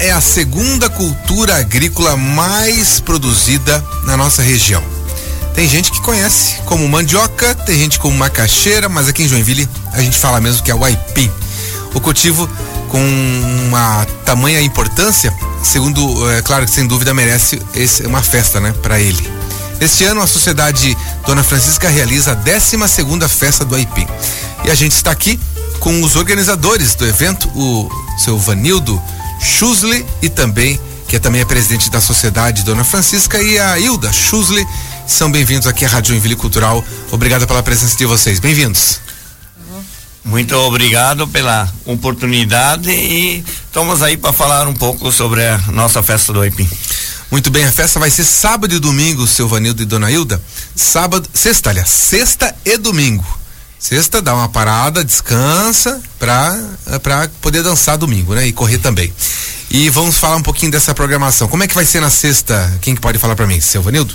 é a segunda cultura agrícola mais produzida na nossa região. Tem gente que conhece como mandioca, tem gente como macaxeira, mas aqui em Joinville a gente fala mesmo que é o aipim. O cultivo com uma tamanha importância, segundo, é claro que sem dúvida merece esse, uma festa, né, para ele. Este ano a sociedade Dona Francisca realiza a 12 segunda festa do aipim. E a gente está aqui com os organizadores do evento, o seu Vanildo Schusli e também, que é também é presidente da sociedade Dona Francisca e a Hilda Schusli, são bem-vindos aqui à Rádio Joinville Cultural. Obrigado pela presença de vocês. Bem-vindos. Muito obrigado pela oportunidade e estamos aí para falar um pouco sobre a nossa festa do Aipim. Muito bem, a festa vai ser sábado e domingo, seu Vanildo e Dona Hilda. Sábado, sexta, aliás, sexta e domingo. Sexta dá uma parada, descansa pra, pra poder dançar domingo, né? E correr também. E vamos falar um pouquinho dessa programação. Como é que vai ser na sexta? Quem que pode falar para mim? Seu Vanildo?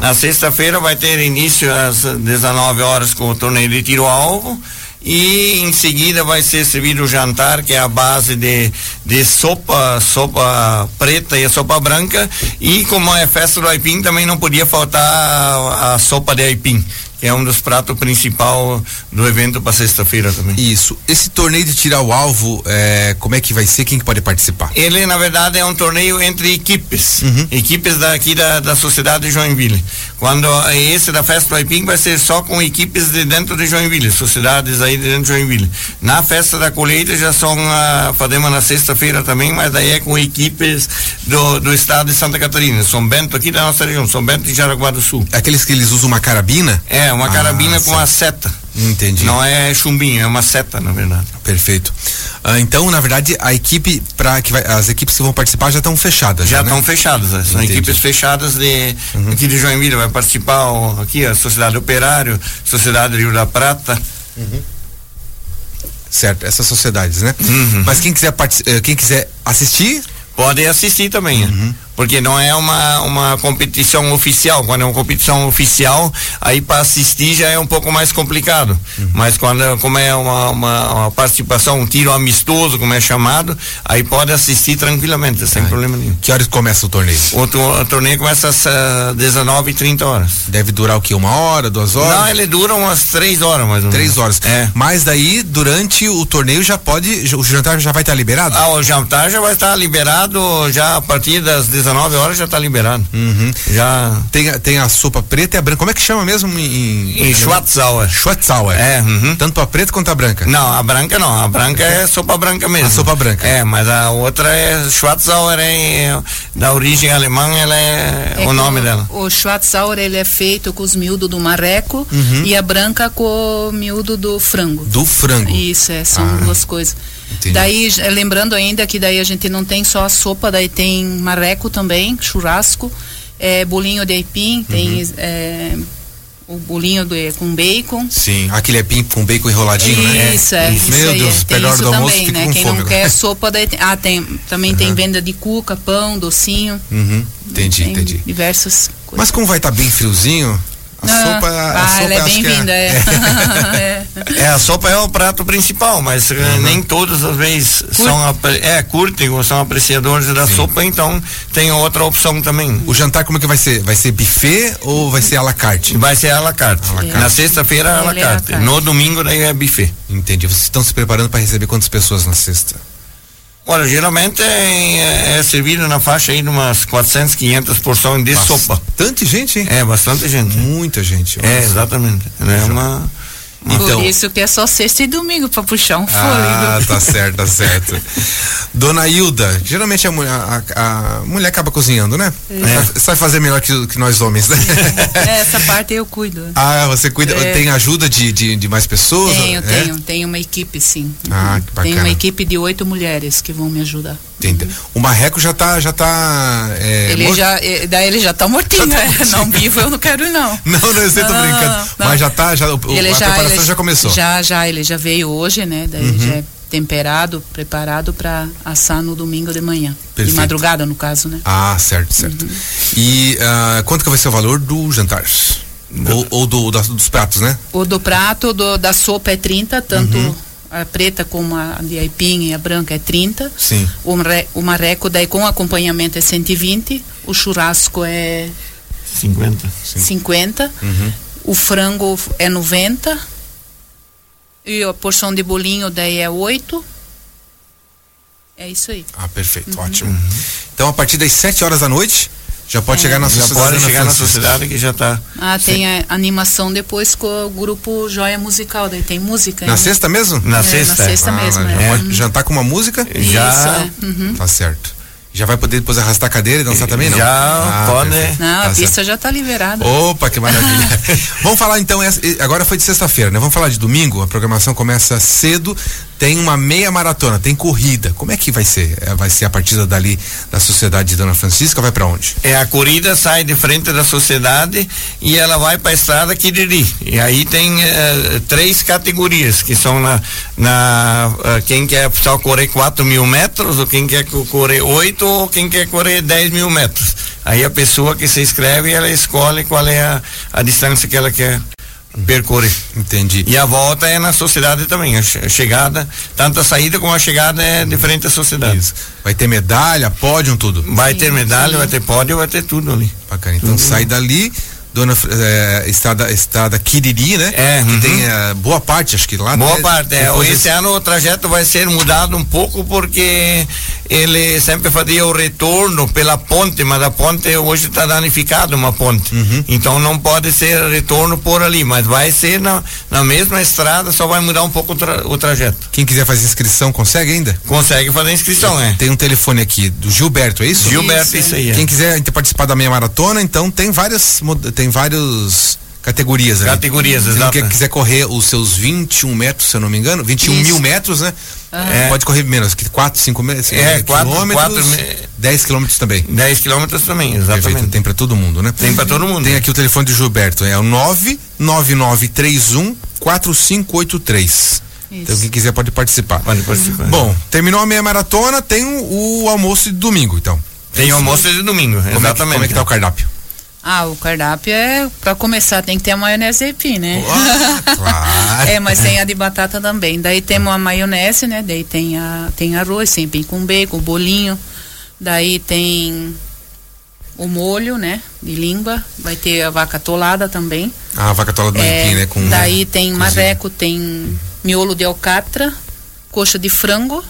Na sexta-feira vai ter início às 19 horas com o torneio de tiro alvo e em seguida vai ser servido o jantar que é a base de, de sopa, sopa preta e a sopa branca e como é festa do aipim também não podia faltar a, a sopa de aipim que é um dos pratos principal do evento para sexta-feira também. Isso. Esse torneio de tirar o alvo, é, como é que vai ser? Quem que pode participar? Ele, na verdade, é um torneio entre equipes. Uhum. Equipes daqui da, da sociedade Joinville. Quando é, esse da festa do Aipim vai ser só com equipes de dentro de Joinville, sociedades aí de dentro de Joinville. Na festa da colheita já são, a, fazemos na sexta-feira também, mas daí é com equipes do, do estado de Santa Catarina. São Bento aqui da nossa região, São Bento e Jaraguá do Sul. Aqueles que eles usam uma carabina? É, uma ah, carabina com certo. a seta. Entendi. Não é chumbinho, é uma seta, na verdade. Perfeito. Ah, então, na verdade, a equipe para que vai, as equipes que vão participar já estão fechadas. Já estão né? fechadas, são Entendi. equipes fechadas de uhum. aqui de Joinville vai participar o, aqui a Sociedade Operário, Sociedade Rio da Prata. Uhum. Certo, essas sociedades, né? Uhum. Mas quem quiser quem quiser assistir pode assistir também, uhum. porque não é uma, uma competição oficial. Quando é uma competição oficial, aí para assistir já é um pouco mais complicado. Uhum. Mas quando como é uma, uma, uma, participação, um tiro amistoso, como é chamado, aí pode assistir tranquilamente, sem ah, problema nenhum. Que horas começa o torneio? O, to, o torneio começa às uh, 19 e 30 horas. Deve durar o que? Uma hora, duas horas? Não, ele dura umas três horas, mais ou menos. Três horas. É. Mas daí, durante o torneio, já pode. O jantar já vai estar tá liberado? Ah, o jantar já vai estar tá liberado já a partir das 19 horas já está liberado. Hum. Uhum. Já tem, tem a sopa preta e a branca. Como é que chama mesmo em em, em Schwarzauer. Schwarzauer. É, uhum. tanto a preta quanto a branca. Não, a branca não, a branca é sopa branca mesmo. A sopa branca. É, mas a outra é Schwarzauer é, é da origem alemã, ela é, é o nome dela. O Schwarzauer ele é feito com os miúdos do marreco uhum. e a branca com o miúdo do frango. Do frango. Isso, é, são ah. duas coisas. Entendi. Daí, lembrando ainda que daí a gente não tem só a sopa, daí tem marreco também, churrasco, é, bolinho de aipim, uhum. tem é, o bolinho de, com bacon. Sim, aquele aipim com bacon enroladinho, né? Isso, é. Isso. Meu isso Deus, é. tem isso do almoço, também, né? Quem fome, não quer sopa, daí tem, ah, tem, também uhum. tem venda de cuca, pão, docinho. Uhum. Entendi, entendi. Diversas coisas. Mas como vai estar tá bem friozinho, a ah, sopa, ah, a sopa é bem-vinda, é, é. é. é. a sopa é o prato principal, mas uhum. nem todas as vezes Curte. são é, curtem ou são apreciadores da Sim. sopa, então tem outra opção também. O jantar como é que vai ser? Vai ser buffet ou vai ser à la carte? Vai ser à la carte. À la carte. Na sexta-feira é à la carte. carte. No domingo daí é buffet. Entendi. Vocês estão se preparando para receber quantas pessoas na sexta? Olha, geralmente é, é, servido na faixa aí de umas 400, 500 porções de bastante sopa. Bastante gente, hein? É, bastante gente. Muita gente. É, nossa. exatamente. É uma. Então, Por isso que é só sexta e domingo para puxar um fôlego. Ah, tá certo, tá certo. Dona Hilda, geralmente a mulher, a, a mulher acaba cozinhando, né? É. Sabe fazer melhor que, que nós homens, né? É, essa parte eu cuido. Ah, você cuida, é. tem ajuda de, de, de, mais pessoas? É? Tenho, tenho, tenho uma equipe sim. Ah, que bacana. Tenho uma equipe de oito mulheres que vão me ajudar. Entenda. O marreco já tá, já tá. É, ele morto. já, daí ele já tá mortinho, já tá mortinho. Não vivo eu não quero não. Não, não, eu sei, tô brincando. Não, não. Mas já tá, já, o, ele a já, preparação ele, já começou. Já, já, ele já veio hoje, né? Daí uhum. já é temperado, preparado para assar no domingo de manhã. Perfeito. De madrugada, no caso, né? Ah, certo, certo. Uhum. E uh, quanto que vai ser o valor do jantar? Uhum. Ou, ou do, da, dos pratos, né? O do prato, do, da sopa é 30, tanto. Uhum a preta como a de aipim e a branca é 30. Sim. O, mare, o marreco daí com acompanhamento é 120. O churrasco é 50. 50. Uhum. O frango é 90. E a porção de bolinho daí é 8. É isso aí. Ah, perfeito, Uhum. ótimo. Então, a partir das 7 horas da noite, já É. pode chegar na Já sociedade. pode Ana chegar na Francisca. sociedade que já tá está. Ah, tem a animação depois com o grupo Joia Musical, daí tem música. Na né? sexta mesmo? Na É, sexta? Na sexta Ah, mesmo, já é. pode jantar com uma música? É. já- Isso, é. Uhum. Tá certo. Já vai poder depois arrastar a cadeira e dançar também, não? Já pode. perfeito. Não, Tá a certo. pista já está liberada. Opa, que maravilha. Vamos falar então, essa- e- agora foi de sexta-feira, né? Vamos falar de domingo, a programação começa cedo, tem uma meia maratona, tem corrida. Como é que vai ser? É, Vai ser a partida dali da Sociedade de Dona Francisca, vai pra onde? É, a corrida sai de frente da sociedade e ela vai para a estrada Quiriri. E aí tem eh, três categorias, que são na, na eh, quem quer só correr 4 mil metros, ou quem quer co- correr 8, ou quem quer correr 10 mil metros. Aí a pessoa que se inscreve, ela escolhe qual é a, a distância que ela quer percorrer. Entendi. E a volta é na sociedade também, a che- a chegada, tanto a saída como a chegada é de frente à sociedade. Isso. Vai ter medalha, pódio, tudo. Vai Uhum. ter medalha, vai ter pódio, vai ter tudo ali. Bacana. Então sai dali, Dona Fr- eh, Estrada, Estrada Quiriri, né? É, que uhum. tem eh, boa parte, acho que lá. Boa né? parte. É. Depois Esse ano o trajeto vai ser mudado um pouco porque ele sempre fazia o retorno pela ponte, mas a ponte hoje está danificada uma ponte. Uhum. Então não pode ser retorno por ali, mas vai ser na, na mesma estrada, só vai mudar um pouco o, tra- o trajeto. Quem quiser fazer inscrição consegue ainda? Consegue fazer a inscrição, é? Tem um telefone aqui do Gilberto, é isso? Gilberto, isso aí. é. Quem quiser inter- participar da meia maratona, então tem várias mod- tem vários categorias ali. Categorias, Se não exato. quer- quiser correr os seus 21 metros, se eu não me engano, 21 Isso. mil metros, né? É. Pode correr menos, que 4, 5 metros, É, quatro- quilômetros, quatro me- 10 quilômetros também. 10 quilômetros também, exatamente. Perfeito, tem pra todo mundo, né? Tem pra todo mundo. Tem aqui o telefone do Gilberto, é o 99931 4583. Então Isso. quem quiser pode participar. Pode participar. Bom, terminou a meia maratona, tem o, o almoço de domingo, então. tem almoço de domingo, Como é, que, exatamente. como é que tá o cardápio? Ah, o cardápio é, para começar, tem que ter a maionese aipim, né? Ah, claro. É, mas tem a de batata também. Daí temos a maionese, né? Daí tem, a, tem arroz, tem pim com bacon, bolinho. Daí tem o molho, né? De língua. Vai ter a vaca tolada também. Ah, vaca tola do É, Aipim, né? Com, daí tem cozido. marreco, tem miolo de alcatra, coxa de frango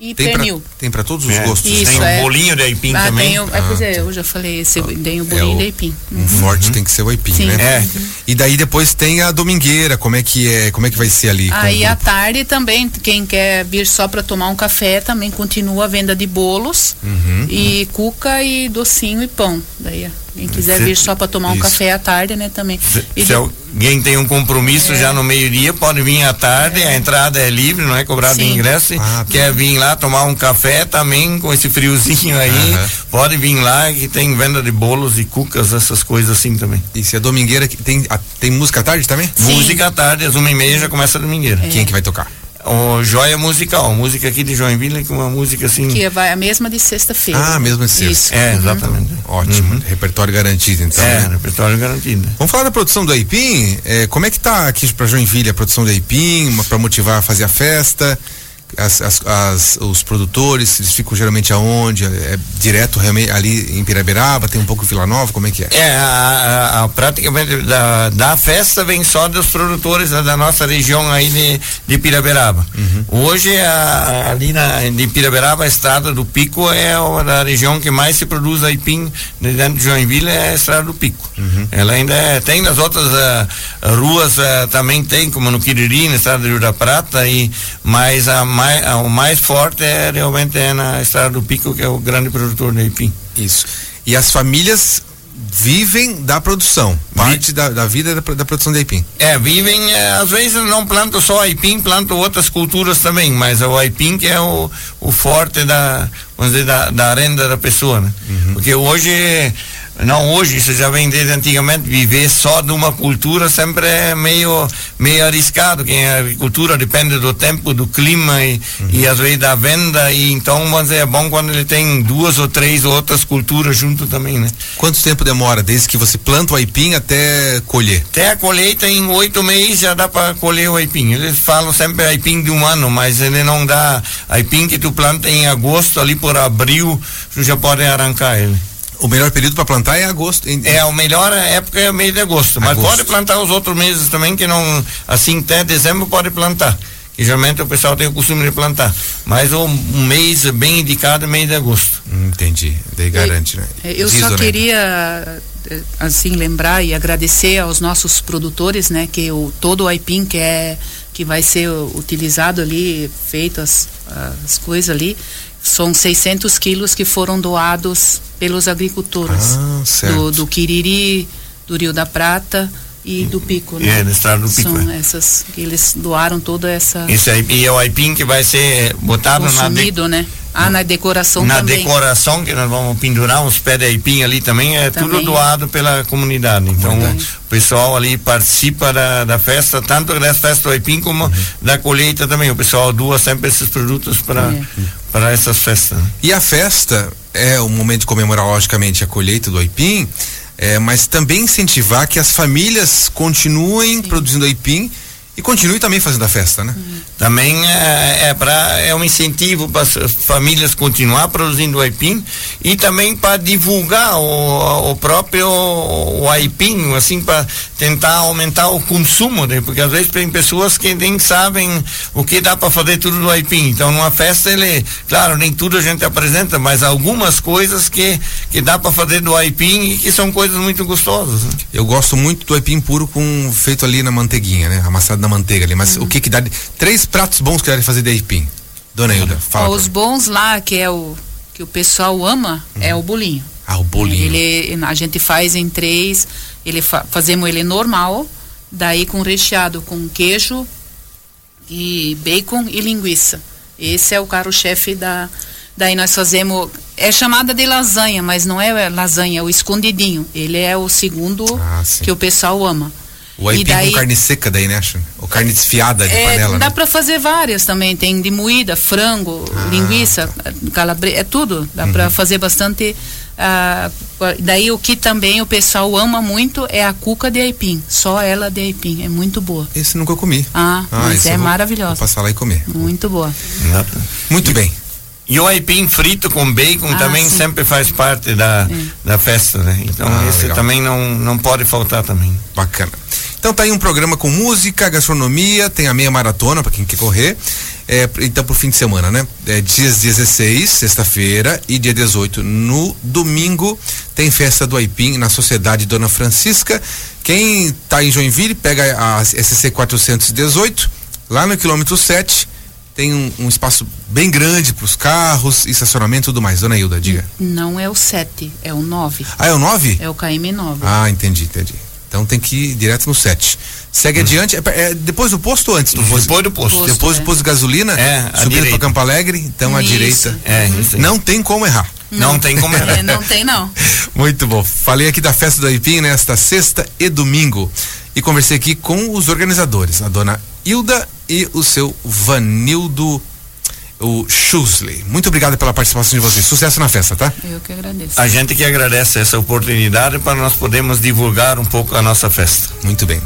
e Tem pra, pernil. tem pra todos os É. gostos. né? Isso, tem o é. bolinho de aipim Ah, também. tem o, ah, pois é, eu já falei, esse, tem o tá. É bolinho o- de aipim. Um forte tem que ser o aipim, Uhum. Sim. né? É. E daí depois tem a domingueira, como é que é, como é que vai ser ali? Aí Com- à tarde também, quem quer vir só para tomar um café, também continua a venda de bolos Uhum. e cuca e docinho e pão. Daí, quem quiser Cê- vir só para tomar um isso. é café à tarde, né, também. Se, E se de- É. alguém tem um compromisso já no meio-dia, pode vir à tarde, a entrada é livre, não é cobrado Sim. ingresso. Ah, tá. Quer vir lá tomar um café também com esse friozinho aí, Aham. pode vir lá que tem venda de bolos e cucas, essas coisas assim também. E se a domingueira que tem a- tem música à tarde também? Sim. Música à tarde, às uma e meia já começa a domingueira. Quem é que vai tocar? O Joia Musical, música aqui de Joinville, que é uma música assim. que Uhum. vai a mesma de sexta-feira. Ah, a mesma de sexta. Isso. É, exatamente. Ótimo, repertório garantido então. Uhum. É, né? repertório garantido. Vamos falar da produção do Aipim? É, como é que tá aqui pra Joinville a produção do Aipim, uma- pra motivar a fazer a festa? As- as- as- os produtores, eles ficam geralmente aonde? É, direto realmente ali em Piraberaba, tem um pouco em Vila Nova, como é que é? É, a, a- a- praticamente da, da festa vem só dos produtores da, da nossa região aí de, de Piraberaba. Hoje, a- a- ali na, de Piraberaba, a estrada do Pico é a, a região que mais se produz aipim né, dentro de Joinville, é a estrada do Pico. Ela ainda é- tem nas outras ah, ruas ah, também tem, como no Quiriri, na estrada do Rio da Prata, e, mas a, mai- a- o mais forte é realmente é na estrada do Pico, que é o grande produtor de aipim. Isso. E as famílias vivem da produção, parte da, da vida da, pro- da produção de Aipim. É, vivem, eh, às vezes não plantam só aipim, plantam outras culturas também, mas o aipim que é o, o forte da, vamos dizer, da, da renda da pessoa, né? Porque hoje Não hoje, isso já vem desde antigamente, viver só de uma cultura sempre é meio, meio arriscado, que a agricultura depende do tempo, do clima e, uhum. e às vezes da venda, e então mas é bom quando ele tem duas ou três outras culturas junto também, né? Quanto tempo demora desde que você planta o aipim até colher? Até a colheita em oito meses já dá para colher o aipim. Eles falam sempre aipim de um ano, mas ele não dá aipim que tu planta em agosto, ali por abril, tu já pode arrancar ele. O melhor período para plantar é agosto. É, a melhor época é o mês de agosto, agosto. Mas pode plantar os outros meses também, que não. Assim, até dezembro pode plantar. Que geralmente o pessoal tem o costume de plantar. Mas um, um mês bem indicado é mês de agosto. Hum, Entendi. Daí garante, né? É, Eu Diz, só queria assim lembrar e agradecer aos nossos produtores, né, que o todo o aipim que é que vai ser utilizado ali, feitas as coisas ali, são 600 quilos que foram doados pelos agricultores ah, do, do Quiriri, do Rio da Prata e do Pico, né? É, no estado do Pico. São essas, eles doaram toda essa... Isso aí, e é o aipim que vai ser botado Consumido, na... né? Ah, na decoração na também. Na decoração, que nós vamos pendurar uns pés de aipim ali também, é também. tudo doado pela comunidade. Então, Verdade. o pessoal ali participa da, da festa, tanto da festa do aipim como uhum. da colheita também. O pessoal doa sempre esses produtos para é. para essas festas. E a festa é o momento de comemorar, logicamente, a colheita do aipim, é, mas também incentivar que as famílias continuem Sim. produzindo aipim e continue também fazendo a festa, né? Uhum. Também é, é para é um incentivo para as famílias continuar produzindo o aipim e também para divulgar o, o próprio o aipim, assim para tentar aumentar o consumo, né? porque às vezes tem pessoas que nem sabem o que dá para fazer tudo do aipim. Então numa festa ele, claro, nem tudo a gente apresenta, mas algumas coisas que que dá para fazer do aipim e que são coisas muito gostosas. Né? Eu gosto muito do aipim puro com feito ali na manteiguinha, né? Amassado na manteiga ali, mas uhum. o que que dá de, três pratos bons que dá de fazer de aipim? Dona Hilda, fala. Ó, os bons lá que é o que o pessoal ama uhum. é o bolinho. Ah, o bolinho. Ele, a gente faz em três, ele fa, fazemos ele normal, daí com recheado com queijo e bacon e linguiça. Esse é o carro-chefe da daí nós fazemos é chamada de lasanha, mas não é lasanha, é o escondidinho. Ele é o segundo ah, que o pessoal ama. O aipim daí, com carne seca daí, né? Ou carne desfiada de é, panela. Dá né? para fazer várias também, tem de moída, frango, ah, linguiça, tá. calabresa, é tudo. Dá uhum. para fazer bastante. Ah, daí o que também o pessoal ama muito é a cuca de aipim. Só ela de aipim, é muito boa. Esse nunca comi. Ah, ah mas é Uhum. vou, maravilhosa. Vou passar lá e comer. Muito boa. Exato. Muito bem. E o aipim frito com bacon ah, também sim. sempre faz parte da, sim. da festa, né? Então ah, esse legal. também não, não pode faltar também. Bacana. Então tá aí um programa com música, gastronomia, tem a meia maratona para quem quer correr. É, então pro fim de semana, né? É, dias 16, sexta-feira, e dia 18, no domingo, tem festa do Aipim na Sociedade Dona Francisca. Quem tá em Joinville, pega a SC 418, lá no quilômetro 7 tem um, um, espaço bem grande para os carros, estacionamento e tudo mais. Dona Hilda, diga. Não é o 7, é o 9. Ah, é o 9? É o KM9. Ah, entendi, entendi. Então tem que ir direto no 7. Segue hum. adiante, é, é, depois do posto ou antes do posto? Depois do posto. posto depois é. do posto de gasolina, é, subindo para Campo Alegre, então à direita. É, isso aí. Não tem como errar. Não, É, não tem como errar. É, não tem não. Muito bom. Falei aqui da festa do Aipim nesta sexta e domingo. E conversei aqui com os organizadores, a dona Hilda e o seu Vanildo o Schusley. Muito obrigado pela participação de vocês. Sucesso na festa, tá? Eu que agradeço. A gente que agradece essa oportunidade para nós podermos divulgar um pouco a nossa festa. Muito bem.